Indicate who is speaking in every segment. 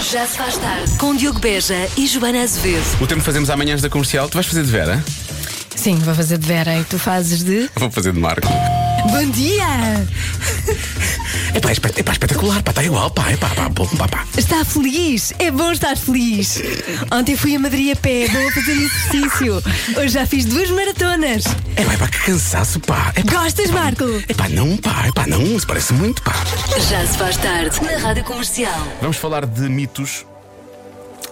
Speaker 1: Já se faz tarde com Diogo Beja e Joana Azevedo.
Speaker 2: O tempo que fazemos amanhãs da comercial, tu vais fazer de Vera?
Speaker 3: Sim, vou fazer de Vera e tu fazes de.
Speaker 2: Vou fazer de Marco.
Speaker 3: Bom dia!
Speaker 2: É pá, é pá espetacular, pá, está igual, pá, é pá, pá, pá, pá.
Speaker 3: Está feliz? É bom estar feliz! Ontem fui a Madrid a pé, vou fazer exercício. Hoje já fiz duas maratonas.
Speaker 2: É pá, é pá, que cansaço, pá. É pá,
Speaker 3: Gostas, Marco?
Speaker 2: é pá, não, pá, é pá, não, isso parece muito, pá.
Speaker 1: Já se faz tarde na Rádio Comercial.
Speaker 2: Vamos falar de mitos.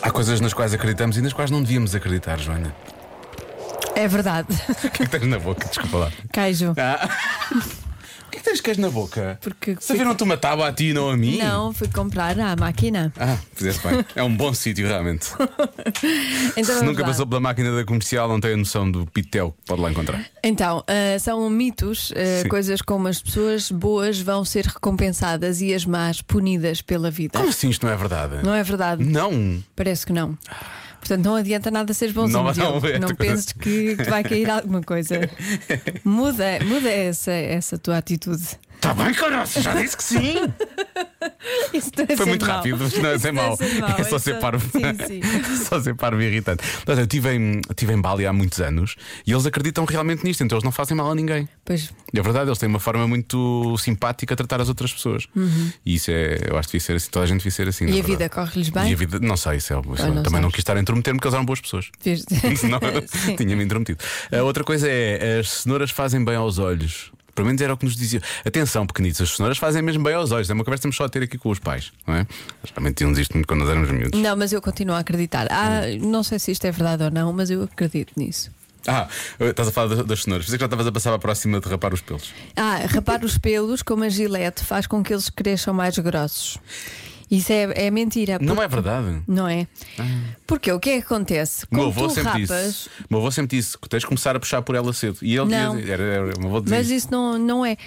Speaker 2: Há coisas nas quais acreditamos e nas quais não devíamos acreditar, Joana.
Speaker 3: É verdade.
Speaker 2: O que é que tens na boca? Desculpa lá.
Speaker 3: Caijo.
Speaker 2: Ah. O que é que tens queijo na boca?
Speaker 3: Porque-
Speaker 2: Saberam-te uma tábua a ti e não a mim?
Speaker 3: Não, fui comprar à máquina.
Speaker 2: Ah, fizeste bem. É um bom sítio, realmente.
Speaker 3: Então,
Speaker 2: Se
Speaker 3: vamos
Speaker 2: nunca
Speaker 3: lá.
Speaker 2: passou pela máquina da comercial, não tem a noção do pitel que pode lá encontrar.
Speaker 3: Então, ah, são mitos, ah,
Speaker 2: Sim.
Speaker 3: coisas como as pessoas boas vão ser recompensadas e as más punidas pela vida.
Speaker 2: Como assim isto não é verdade?
Speaker 3: Não é verdade?
Speaker 2: Não.
Speaker 3: Parece que não. Portanto, não adianta nada seres bonzinho.
Speaker 2: Não, não,
Speaker 3: Diogo.
Speaker 2: é
Speaker 3: não
Speaker 2: outra coisa.
Speaker 3: penses que, que vai cair alguma coisa. Muda, muda essa, essa tua atitude.
Speaker 2: Está Tá bem, caralho, já disse que sim.
Speaker 3: Isso não é
Speaker 2: Foi
Speaker 3: ser
Speaker 2: muito
Speaker 3: mau.
Speaker 2: rápido, não é
Speaker 3: Isso
Speaker 2: ser
Speaker 3: não
Speaker 2: mau. É só ser parvo.
Speaker 3: então, Sim, sim.
Speaker 2: Só ser parvo e irritante. Mas eu estive em, tive em Bali há muitos anos e eles acreditam realmente nisto, então eles não fazem mal a ninguém.
Speaker 3: Pois,
Speaker 2: E É verdade, eles têm uma forma muito simpática a tratar as outras pessoas. E isso é, eu acho que devia ser assim, toda a gente devia ser assim. na
Speaker 3: Uhum. e a
Speaker 2: verdade.
Speaker 3: vida corre-lhes
Speaker 2: E
Speaker 3: bem?
Speaker 2: a vida, não sei, isso é, isso
Speaker 3: Ah, não
Speaker 2: também não
Speaker 3: sabes.
Speaker 2: quis estar a intrometer-me porque eles eram boas pessoas.
Speaker 3: Vês-
Speaker 2: Senão
Speaker 3: Sim.
Speaker 2: tinha-me intrometido. A outra coisa é: as cenouras fazem bem aos olhos. Pelo menos era o que nos diziam. Atenção, pequenitos, as cenouras fazem mesmo bem aos olhos. É uma conversa que temos só a ter aqui com os pais, não é? Nós também tínhamos isto muito quando nós éramos miúdos.
Speaker 3: Não, mas eu continuo a acreditar. Ah,
Speaker 2: Hum.
Speaker 3: não sei se isto é verdade ou não, mas eu acredito nisso.
Speaker 2: Ah, estás a falar das, das cenouras. Pensei que já estavas a passar para a próxima de rapar os pelos.
Speaker 3: Ah, rapar os pelos com uma gilete faz com que eles cresçam mais grossos. Isso é, é mentira.
Speaker 2: Não
Speaker 3: porque-
Speaker 2: é verdade.
Speaker 3: Não é? Porque o que é que acontece?
Speaker 2: O Ah. meu
Speaker 3: Quando
Speaker 2: avô
Speaker 3: tu
Speaker 2: sempre
Speaker 3: rapas,
Speaker 2: disse. O meu avô sempre disse que tens de começar a puxar por ela cedo. E ele
Speaker 3: Não.
Speaker 2: dizia- era, era, o meu avô dizia
Speaker 3: mas
Speaker 2: isto.
Speaker 3: isso não, não é.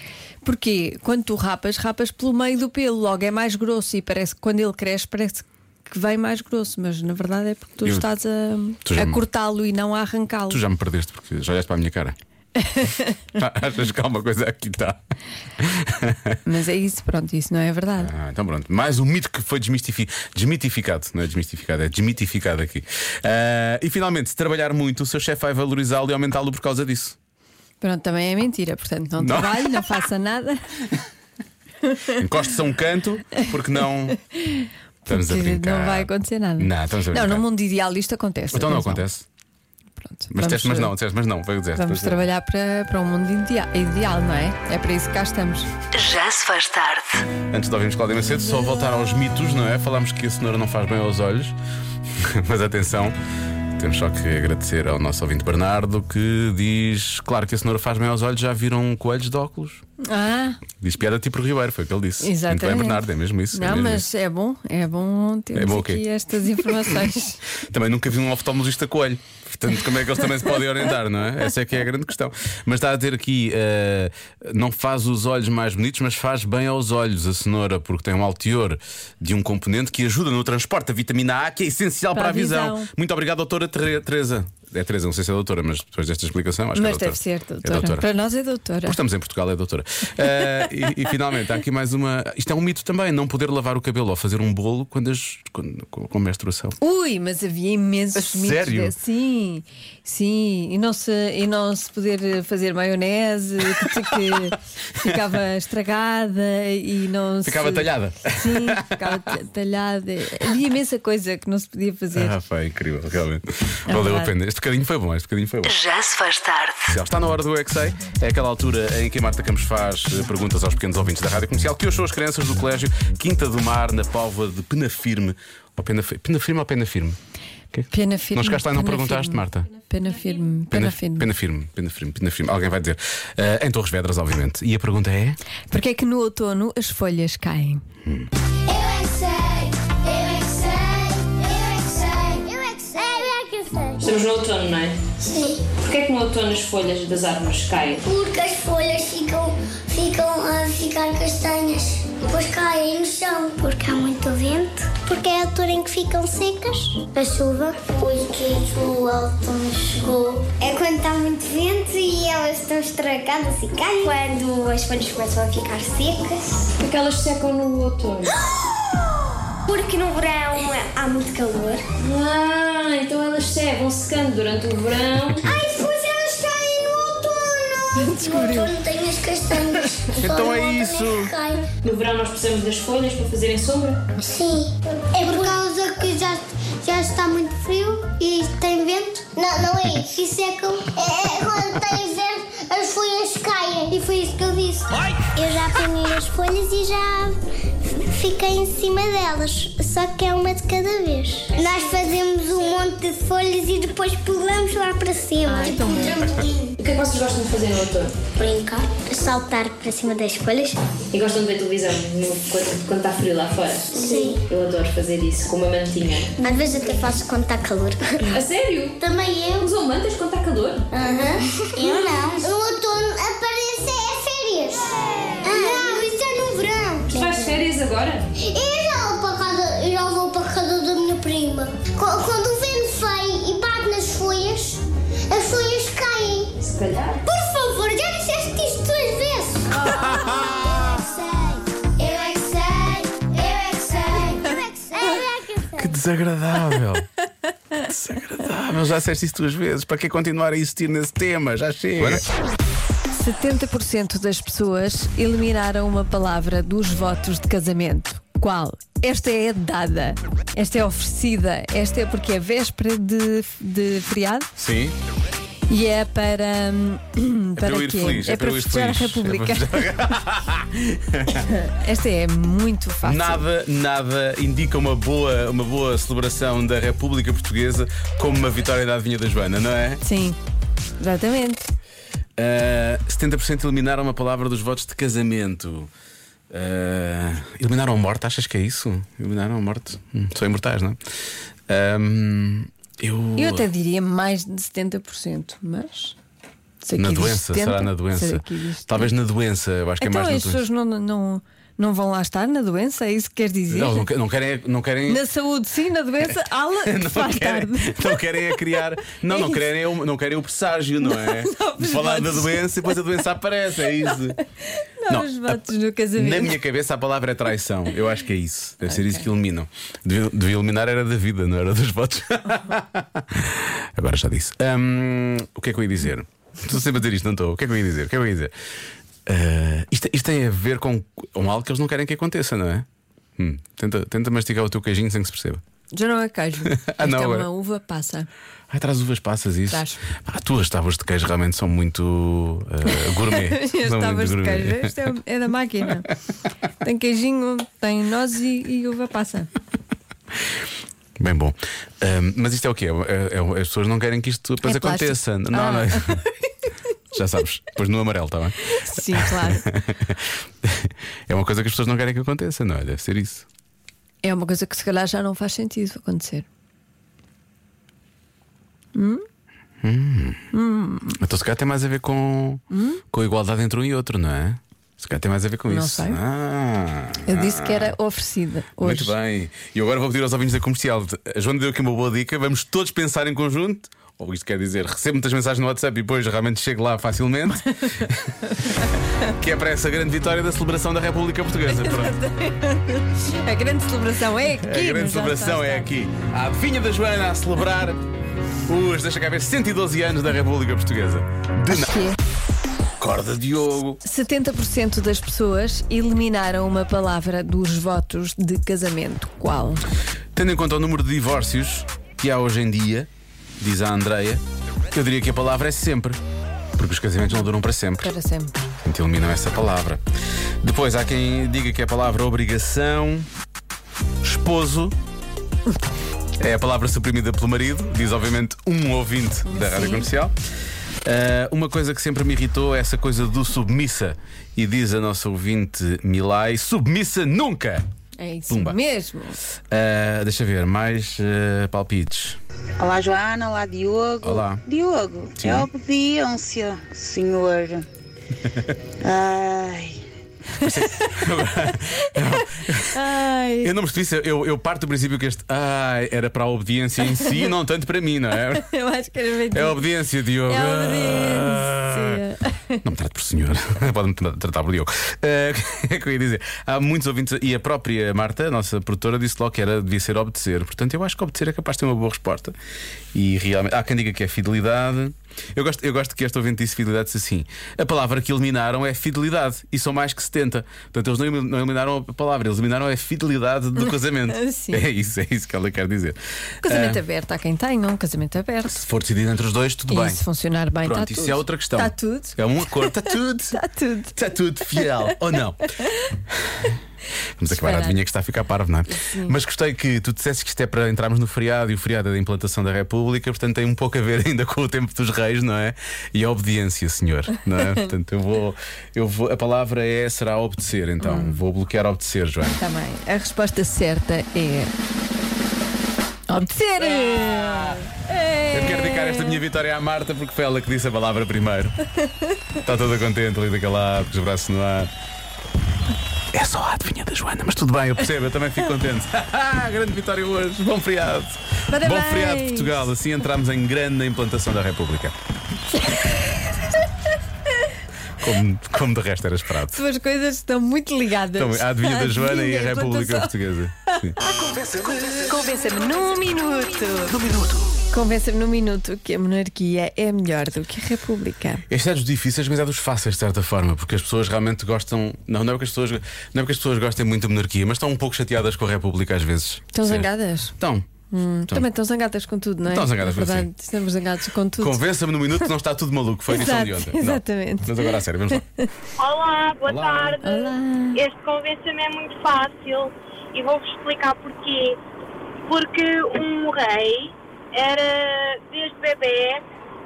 Speaker 3: Porque quando tu rapas, rapas pelo meio do pelo, logo é mais grosso e parece que quando ele cresce, parece que vem mais grosso, mas na verdade é porque tu
Speaker 2: Eu-
Speaker 3: estás a,
Speaker 2: Tu já
Speaker 3: a
Speaker 2: me-
Speaker 3: cortá-lo e não a arrancá-lo.
Speaker 2: Tu já me perdeste porque já olhaste para a minha cara. Achas que há uma coisa aqui tá? está?
Speaker 3: Mas é isso, pronto, isso não é verdade.
Speaker 2: Ah, então pronto. Mais um mito que foi desmistifi- desmitificado. Não é desmistificado, é desmitificado aqui. Ah, e finalmente, se trabalhar muito, o seu chefe vai valorizá-lo e aumentá-lo por causa disso.
Speaker 3: Pronto, também é mentira, portanto não,
Speaker 2: Não.
Speaker 3: trabalhe, não faça nada.
Speaker 2: Encoste-se a um canto, porque não. Estamos a
Speaker 3: porque
Speaker 2: brincar.
Speaker 3: Não vai acontecer nada.
Speaker 2: Não, estamos a
Speaker 3: Não,
Speaker 2: brincar.
Speaker 3: no mundo ideal isto acontece.
Speaker 2: Então não
Speaker 3: atenção.
Speaker 2: acontece.
Speaker 3: Pronto,
Speaker 2: Mas
Speaker 3: vamos-
Speaker 2: disseste, mas não, disseste, mas não. Foi o que disseste.
Speaker 3: Vamos
Speaker 2: Mas-
Speaker 3: trabalhar para, para um mundo idea- ideal, não é? É para isso que cá estamos.
Speaker 1: Já se faz tarde.
Speaker 2: Antes de ouvirmos Cláudia Macedo, só voltar aos mitos, não é? Falámos que a cenoura não faz bem aos olhos, mas atenção, temos só que agradecer ao nosso ouvinte Bernardo que diz: Claro que a cenoura faz bem aos olhos, já viram coelhos de óculos?
Speaker 3: Ah,
Speaker 2: Diz piada tipo Ribeiro, foi o que ele disse.
Speaker 3: exatamente.
Speaker 2: Muito bem, Bernardo, é mesmo isso. é
Speaker 3: Não,
Speaker 2: mesmo
Speaker 3: mas é bom, é bom termos
Speaker 2: É bom o quê?
Speaker 3: aqui estas informações.
Speaker 2: isso. Também nunca vi um oftalmologista coelho. Portanto, como é que eles também se podem orientar, não é? Essa é que é a grande questão. Mas está a dizer aqui: eh, não faz os olhos mais bonitos, mas faz bem aos olhos a cenoura, porque tem um alto teor de um componente que ajuda no transporte da vitamina A, que é essencial para,
Speaker 3: Para
Speaker 2: a
Speaker 3: a
Speaker 2: visão.
Speaker 3: visão.
Speaker 2: Muito obrigado, doutora Tere- Teresa. É Teresa, não sei se é doutora, mas depois desta explicação, acho
Speaker 3: mas
Speaker 2: que é doutora.
Speaker 3: deve ser, doutora.
Speaker 2: É doutora.
Speaker 3: Para nós é doutora.
Speaker 2: Como estamos em Portugal, é doutora. Eh, e, e, finalmente, há aqui mais uma. Isto é um mito também, não poder lavar o cabelo ou fazer um bolo quando as, quando- com, com menstruação.
Speaker 3: Ui, mas havia imensos
Speaker 2: A
Speaker 3: mitos.
Speaker 2: sério?
Speaker 3: de- Sim, sim. E não, se, e não se poder fazer maionese que, que ficava estragada e não
Speaker 2: Ficava
Speaker 3: se...
Speaker 2: talhada.
Speaker 3: Sim, ficava ta- talhada. Havia imensa coisa que não se podia fazer.
Speaker 2: Ah, foi incrível, realmente. Valeu a
Speaker 3: É verdade.
Speaker 2: pena. Este bocadinho foi bom, este bocadinho foi bom.
Speaker 1: Já se faz tarde.
Speaker 2: Está na hora do XA, é aquela altura em que a Marta Campos faz eh, perguntas aos pequenos ouvintes da rádio comercial, que hoje são as crianças do colégio Quinta do Mar, na Póvoa de Penafirme. Ou Pena, Pena Firme ou Pena Firme?
Speaker 3: Pena firme.
Speaker 2: Não chegaste lá e não
Speaker 3: pena
Speaker 2: perguntaste,
Speaker 3: firme.
Speaker 2: Marta?
Speaker 3: Pena firme, pena firme.
Speaker 2: Pena Firme, Pena Firme, Pena Firme. Alguém vai dizer. Eh, em Torres Vedras, obviamente. E a pergunta é.
Speaker 3: Porque é que no outono as folhas caem?
Speaker 4: Eu é que sei, eu é que sei, eu é que sei, eu é que sei, eu é que sei.
Speaker 5: Estamos no outono, não é?
Speaker 4: Sim,
Speaker 5: Porquê é que no outono as folhas das árvores caem?
Speaker 4: porque as folhas ficam, ficam a ficar castanhas, depois caem no chão. Porque há muito vento. Porque é a altura em que ficam secas. A chuva. Porque o outono chegou. É quando está muito vento e elas estão estragadas e caem. Quando as folhas começam a ficar secas.
Speaker 5: Porque elas secam no outono.
Speaker 4: Porque no verão é- há muito calor.
Speaker 5: Ah, então elas se- vão secando durante o verão.
Speaker 4: Ai, depois elas caem no outono. No outono tem as castanhas.
Speaker 2: Então
Speaker 4: Só no
Speaker 2: é
Speaker 4: outono
Speaker 2: isso.
Speaker 4: que cai.
Speaker 5: No verão nós precisamos das folhas para fazerem sombra.
Speaker 4: Sim. É por causa que já, já está muito frio e tem vento. Não, não é isso. Isso é como. É, quando tem vento, as folhas caem. E foi isso que eu disse. Eu já apanhei as folhas e já fiquei em cima delas. Só que é uma de cada vez. Nós fazemos um monte de folhas e depois pulamos lá para cima. tipo um trampolim.
Speaker 5: O que é que vocês gostam de fazer no outono?
Speaker 4: Brincar. Saltar para cima das folhas.
Speaker 5: E gostam de ver televisão no- quando, quando está frio lá fora?
Speaker 4: Sim.
Speaker 5: Eu adoro fazer isso com uma mantinha.
Speaker 4: Às vezes até faço quando está calor.
Speaker 5: A sério?
Speaker 4: Também eu.
Speaker 5: Usam mantas quando está calor?
Speaker 4: Eu não. No outono aparece é férias. Ah. não, isso é no
Speaker 5: Tu
Speaker 4: verão.
Speaker 5: vais de férias agora?
Speaker 4: Eu já vou para casa, eu já vou para casa da minha prima. Co- Quando o vento vem e bate nas folhas, as folhas caem.
Speaker 5: Se calhar.
Speaker 4: Por favor, já disseste isto duas vezes. Eu é que sei, eu é que sei, eu é que sei, eu é que sei.
Speaker 2: Que desagradável. desagradável. Já disseste isso duas vezes. Para que continuar a insistir nesse tema? Já chega.
Speaker 3: 70% das pessoas eliminaram uma palavra dos votos de casamento. Qual? Esta é dada, esta é oferecida, esta é porque é véspera de, de feriado
Speaker 2: Sim.
Speaker 3: e é para. hum,
Speaker 2: para eu
Speaker 3: para
Speaker 2: ir
Speaker 3: quê?
Speaker 2: feliz, é
Speaker 3: É
Speaker 2: para
Speaker 3: para
Speaker 2: eu ir
Speaker 3: festejar a
Speaker 2: feliz.
Speaker 3: República.
Speaker 2: É para
Speaker 3: esta é muito fácil.
Speaker 2: Nada, nada indica uma boa, uma boa celebração da República Portuguesa como uma vitória da Adivinha da Joana, não é?
Speaker 3: Sim, exatamente.
Speaker 2: Ah, 70% eliminaram uma palavra dos votos de casamento. Ah, eliminaram a morte, achas que é isso? Eliminaram a morte? Hum, são imortais, não é? Ahm, eu.
Speaker 3: Eu até diria mais de 70%, mas. sei que
Speaker 2: Na
Speaker 3: diz
Speaker 2: doença,
Speaker 3: 70,
Speaker 2: será na doença?
Speaker 3: sei que diz
Speaker 2: Talvez na doença, eu acho que
Speaker 3: Então
Speaker 2: é mais
Speaker 3: as
Speaker 2: na doença.
Speaker 3: pessoas não, não, não vão lá estar na doença? É isso que queres dizer?
Speaker 2: Não, não que- não querem. Não querem...
Speaker 3: Na saúde, sim, na doença, ala,
Speaker 2: Não
Speaker 3: faz
Speaker 2: querem,
Speaker 3: tarde.
Speaker 2: não querem é criar. Não,
Speaker 3: É
Speaker 2: não
Speaker 3: isso.
Speaker 2: querem, é o- não querem o presságio, não é?
Speaker 3: não,
Speaker 2: De
Speaker 3: os
Speaker 2: falar da
Speaker 3: votos.
Speaker 2: doença e depois a doença aparece, é isso.
Speaker 3: Não, os votos no casamento.
Speaker 2: Na minha cabeça a palavra é traição. Eu acho que é isso. Deve ser isso que eliminam. Devia, devia eliminar era da vida, não era dos votos. Agora já disse. Hum, o que é que eu ia dizer? Estou sempre a dizer isto, não estou. O que é que eu ia dizer? O que é que eu ia dizer? Ah, isto, isto tem a ver com, com algo que eles não querem que aconteça, não é? Hum, tenta, tenta mastigar o teu queijinho sem que se perceba.
Speaker 3: Já não é queijo.
Speaker 2: Ah, não,
Speaker 3: Esta é
Speaker 2: agora.
Speaker 3: uma uva passa.
Speaker 2: Ai, traz uvas passas isso.
Speaker 3: Traz.
Speaker 2: Ah, tuas tábuas de queijo realmente são muito ah, gourmet.
Speaker 3: As
Speaker 2: são
Speaker 3: tábuas de
Speaker 2: muito gourmet.
Speaker 3: queijo. Esta é, é da máquina. Tem queijinho, tem noz e, e uva passa.
Speaker 2: Bem bom. Ahm, mas isto é o quê? É- é- é- as pessoas não querem que isto depois
Speaker 3: É plástico.
Speaker 2: aconteça. Não,
Speaker 3: Ah.
Speaker 2: não. é- Já sabes. Depois no amarelo, está bem?
Speaker 3: Sim, claro.
Speaker 2: é uma coisa que as pessoas não querem que aconteça, não é? Deve ser isso.
Speaker 3: É uma coisa que se calhar já não faz sentido acontecer.
Speaker 2: Então se calhar tem mais a ver com, com a igualdade entre um e outro, não é? Se calhar tem mais a ver com
Speaker 3: Hum? Não
Speaker 2: isso.
Speaker 3: sei.
Speaker 2: Ah.
Speaker 3: Eu disse que era oferecida hoje.
Speaker 2: Muito bem. E agora vou pedir aos ouvintes da comercial. A Joana deu aqui uma boa dica. Vamos todos pensar em conjunto. Ou isto quer dizer, recebo muitas mensagens no WhatsApp e depois realmente chego lá facilmente. que é para essa grande vitória da celebração da República Portuguesa.
Speaker 3: É
Speaker 2: Pronto.
Speaker 3: A grande celebração é
Speaker 2: A
Speaker 3: aqui.
Speaker 2: grande
Speaker 3: mas já
Speaker 2: celebração
Speaker 3: está,
Speaker 2: é
Speaker 3: está.
Speaker 2: aqui. A adivinha da Joana a celebrar os, deixa cá ver, 112 anos da República Portuguesa. De
Speaker 3: Acho
Speaker 2: na...
Speaker 3: que é.
Speaker 2: Corda Diogo.
Speaker 3: 70% das pessoas eliminaram uma palavra dos votos de casamento. Qual?
Speaker 2: Tendo em conta o número de divórcios que há hoje em dia, diz a Andreia, eu diria que a palavra é sempre. Porque os casamentos não duram para sempre.
Speaker 3: Para sempre.
Speaker 2: Então eliminam essa palavra. Depois há quem diga que a palavra obrigação, esposo. É a palavra suprimida pelo marido, diz obviamente um ouvinte da rádio comercial. Ah, uma coisa que sempre me irritou é essa coisa do submissa. E diz a nossa ouvinte Milai: submissa nunca!
Speaker 3: É isso
Speaker 2: Pumba.
Speaker 3: mesmo.
Speaker 2: Ah, deixa ver, mais ah, palpites.
Speaker 6: Olá Joana, olá Diogo.
Speaker 2: Olá.
Speaker 6: Diogo,
Speaker 2: Sim.
Speaker 6: é obediência, senhor. Ai,
Speaker 3: Ai,
Speaker 2: Eu não percebi, se- eu, eu parto do princípio que este ah, era para a obediência em si e não tanto para mim, não é?
Speaker 3: eu acho que era
Speaker 2: É a
Speaker 3: mentira.
Speaker 2: obediência, Diogo.
Speaker 3: É
Speaker 2: Ah.
Speaker 3: obediência.
Speaker 2: Não me trate por senhor, pode-me tra- tratar por Diogo. Eh, O que é que eu ia dizer? Há muitos ouvintes, e a própria Marta, a nossa produtora, disse logo que era, devia ser obedecer. Portanto, eu acho que obedecer é capaz de ter uma boa resposta. E realmente, há quem diga que é fidelidade. Eu gosto, eu gosto que este ouvinte disse fidelidade, disse assim: a palavra que eliminaram é fidelidade, e são mais que 70. Portanto, eles não elim- não eliminaram a palavra, eles eliminaram a fidelidade do casamento.
Speaker 3: Ah, Sim.
Speaker 2: É isso, é isso que ela quer dizer.
Speaker 3: Casamento
Speaker 2: Ah,
Speaker 3: aberto, há quem tenha um casamento aberto.
Speaker 2: se for decidido entre os dois, tudo
Speaker 3: E
Speaker 2: bem.
Speaker 3: se funcionar bem,
Speaker 2: Pronto,
Speaker 3: está
Speaker 2: isso
Speaker 3: tudo.
Speaker 2: é outra questão.
Speaker 3: Está tudo. Tá
Speaker 2: É um acordo, está tudo.
Speaker 3: Está tudo.
Speaker 2: Está é tudo fiel, ou não? Vamos acabar a
Speaker 3: Espera.
Speaker 2: adivinha que está a ficar parvo, não é? Mas gostei que tu dissesse que isto é para entrarmos no feriado e o feriado é da implantação da República, portanto tem um pouco a ver ainda com o tempo dos reis, não é? E a obediência, senhor, não é? Portanto, eu vou, eu vou. A palavra é será obedecer, então. Vou bloquear obedecer, Joana.
Speaker 3: Está Tá bem. A resposta certa é. Obedecer! É.
Speaker 2: Ah. Eu quero dedicar esta minha vitória à Marta porque foi ela que disse a palavra primeiro. Está toda contente ali daquele lado, com os braços no ar. É só a adivinha da Joana, mas tudo bem, eu percebo, eu também fico contente. grande vitória hoje, bom feriado.
Speaker 3: Parabéns.
Speaker 2: Bom feriado, Portugal. Assim entramos em grande na implantação da República. Como, como de resto era esperado.
Speaker 3: Suas coisas estão muito ligadas.
Speaker 2: Então, a adivinha da Joana e a
Speaker 3: Adivinha,
Speaker 2: República
Speaker 3: implantação.
Speaker 2: Portuguesa. Sim.
Speaker 3: Convença-me num minuto. Num minuto. Convença-me num minuto que a monarquia é melhor do que a república.
Speaker 2: Este é dos difíceis, mas é dos fáceis, de certa forma, porque as pessoas realmente gostam. Não, não é porque as pessoas, não é porque as pessoas gostem muito da monarquia, mas estão um pouco chateadas com a República às vezes.
Speaker 3: Estão
Speaker 2: Sim.
Speaker 3: zangadas? Hum,
Speaker 2: Estão. Estão.
Speaker 3: Também estão zangadas com tudo, não é?
Speaker 2: Estão zangadas com
Speaker 3: Na verdade, Estamos zangados com tudo.
Speaker 2: Convença-me no minuto que não está tudo maluco, foi a edição de
Speaker 3: Exato,
Speaker 2: ontem. Não.
Speaker 3: exatamente.
Speaker 2: Mas agora a sério, vamos lá.
Speaker 7: Olá, boa
Speaker 2: Olá.
Speaker 7: tarde.
Speaker 3: Olá.
Speaker 7: Este convença-me é muito fácil e vou-vos explicar porquê. Porque um rei era, desde bebê,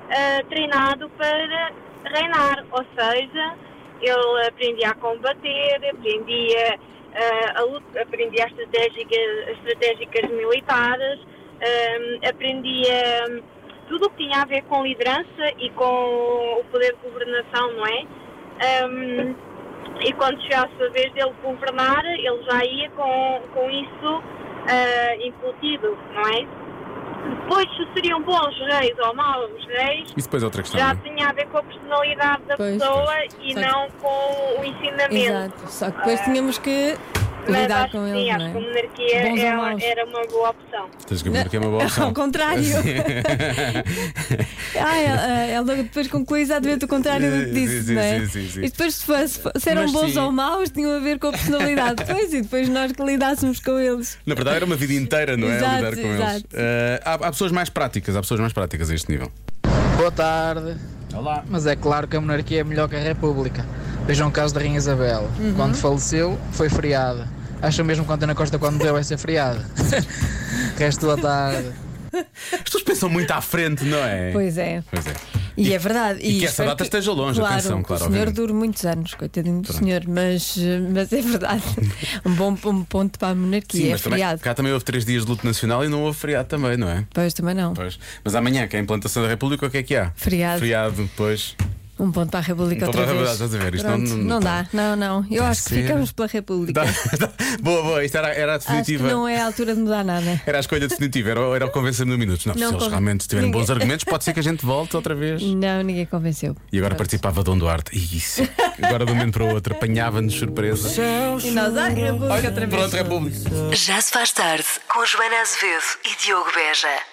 Speaker 7: ah, treinado para reinar, ou seja, ele aprendia a combater, aprendia, ah, a lut- aprendia as estratégica- as estratégicas militares, ah, aprendia hum, tudo o que tinha a ver com liderança e com o poder de governação, não é? Hum, e quando chegasse a vez dele governar, ele já ia com, com isso ah, incutido, não é? Depois, se seriam bons reis ou maus reis,
Speaker 2: Isso depois é outra questão.
Speaker 7: já
Speaker 2: não é?
Speaker 7: tinha a ver com a personalidade da
Speaker 3: Pois,
Speaker 7: pessoa e
Speaker 3: Só que-
Speaker 7: não com o ensinamento.
Speaker 3: Exato. Só que depois tínhamos que
Speaker 7: Mas
Speaker 3: lidar
Speaker 7: acho
Speaker 3: com
Speaker 7: que
Speaker 3: eles,
Speaker 7: sim, acho que a
Speaker 3: não é?
Speaker 7: monarquia
Speaker 3: Bons ou
Speaker 7: é-
Speaker 3: maus?
Speaker 7: era uma boa opção.
Speaker 2: Tens que ver que é uma boa opção.
Speaker 3: Ao contrário. Ah, ela, ela depois conclui exatamente o contrário do
Speaker 2: Sim,
Speaker 3: que disse,
Speaker 2: sim,
Speaker 3: não é?
Speaker 2: sim, sim, sim.
Speaker 3: E depois, se, fosse, se eram
Speaker 2: Mas
Speaker 3: bons
Speaker 2: sim.
Speaker 3: ou maus, tinham a ver com a personalidade. pois, e depois nós que lidássemos com eles.
Speaker 2: Na verdade, era uma vida inteira, não é?
Speaker 3: Exato,
Speaker 2: Lidar com eles.
Speaker 3: exato.
Speaker 2: Ah, há, há pessoas mais práticas, há pessoas mais práticas a este nível.
Speaker 8: Boa tarde,
Speaker 2: Olá.
Speaker 8: mas é claro que a monarquia é melhor que a república. Vejam o caso da Rainha Isabel.
Speaker 6: Uhum.
Speaker 8: Quando faleceu, foi feriada. Acham mesmo que Antena Costa, quando morreu, vai ser feriada? Resto boa tarde.
Speaker 2: As pessoas pensam muito à frente, não é?
Speaker 3: Pois é.
Speaker 2: Pois é.
Speaker 3: E, é verdade.
Speaker 2: e que essa
Speaker 3: espero
Speaker 2: data esteja longe,
Speaker 3: claro,
Speaker 2: atenção,
Speaker 3: que
Speaker 2: claro,
Speaker 3: O senhor
Speaker 2: obviamente.
Speaker 3: dure muitos anos, coitadinho do senhor, mas, mas é verdade. Um bom, bom ponto para a monarquia. é
Speaker 2: mas também,
Speaker 3: feriado.
Speaker 2: cá também houve três dias de luto nacional e não houve feriado também, não é?
Speaker 3: Pois também não.
Speaker 2: Pois. Mas amanhã, que é a implantação da República, o que é que há?
Speaker 3: Feriado.
Speaker 2: Feriado, depois.
Speaker 3: Um ponto para a República
Speaker 2: Um ponto
Speaker 3: outra
Speaker 2: para a
Speaker 3: vez.
Speaker 2: República, estás a ver, isto não-
Speaker 3: Pronto,
Speaker 2: não-
Speaker 3: dá, não, não. Eu
Speaker 2: Deve
Speaker 3: acho que
Speaker 2: ser.
Speaker 3: ficamos pela República.
Speaker 2: Tá- tá- boa, boa, isto era, era a
Speaker 3: Acho que
Speaker 2: definitiva.
Speaker 3: não é a altura de mudar nada.
Speaker 2: Era a escolha definitiva, era, era o convencer-me no minuto. Não,
Speaker 3: Não
Speaker 2: se eles
Speaker 3: conven-
Speaker 2: realmente tiverem
Speaker 3: ninguém.
Speaker 2: bons argumentos, pode ser que a gente volte outra vez.
Speaker 3: Não, ninguém convenceu.
Speaker 2: E agora
Speaker 3: Pronto.
Speaker 2: participava Dom Duarte. Ih, Isso. Agora de um momento para o outro, apanhava-nos surpresa.
Speaker 3: E nós, ai, República outra vez.
Speaker 2: Pronto, República.
Speaker 1: Já se faz tarde com Joana Azevedo e Diogo Beja.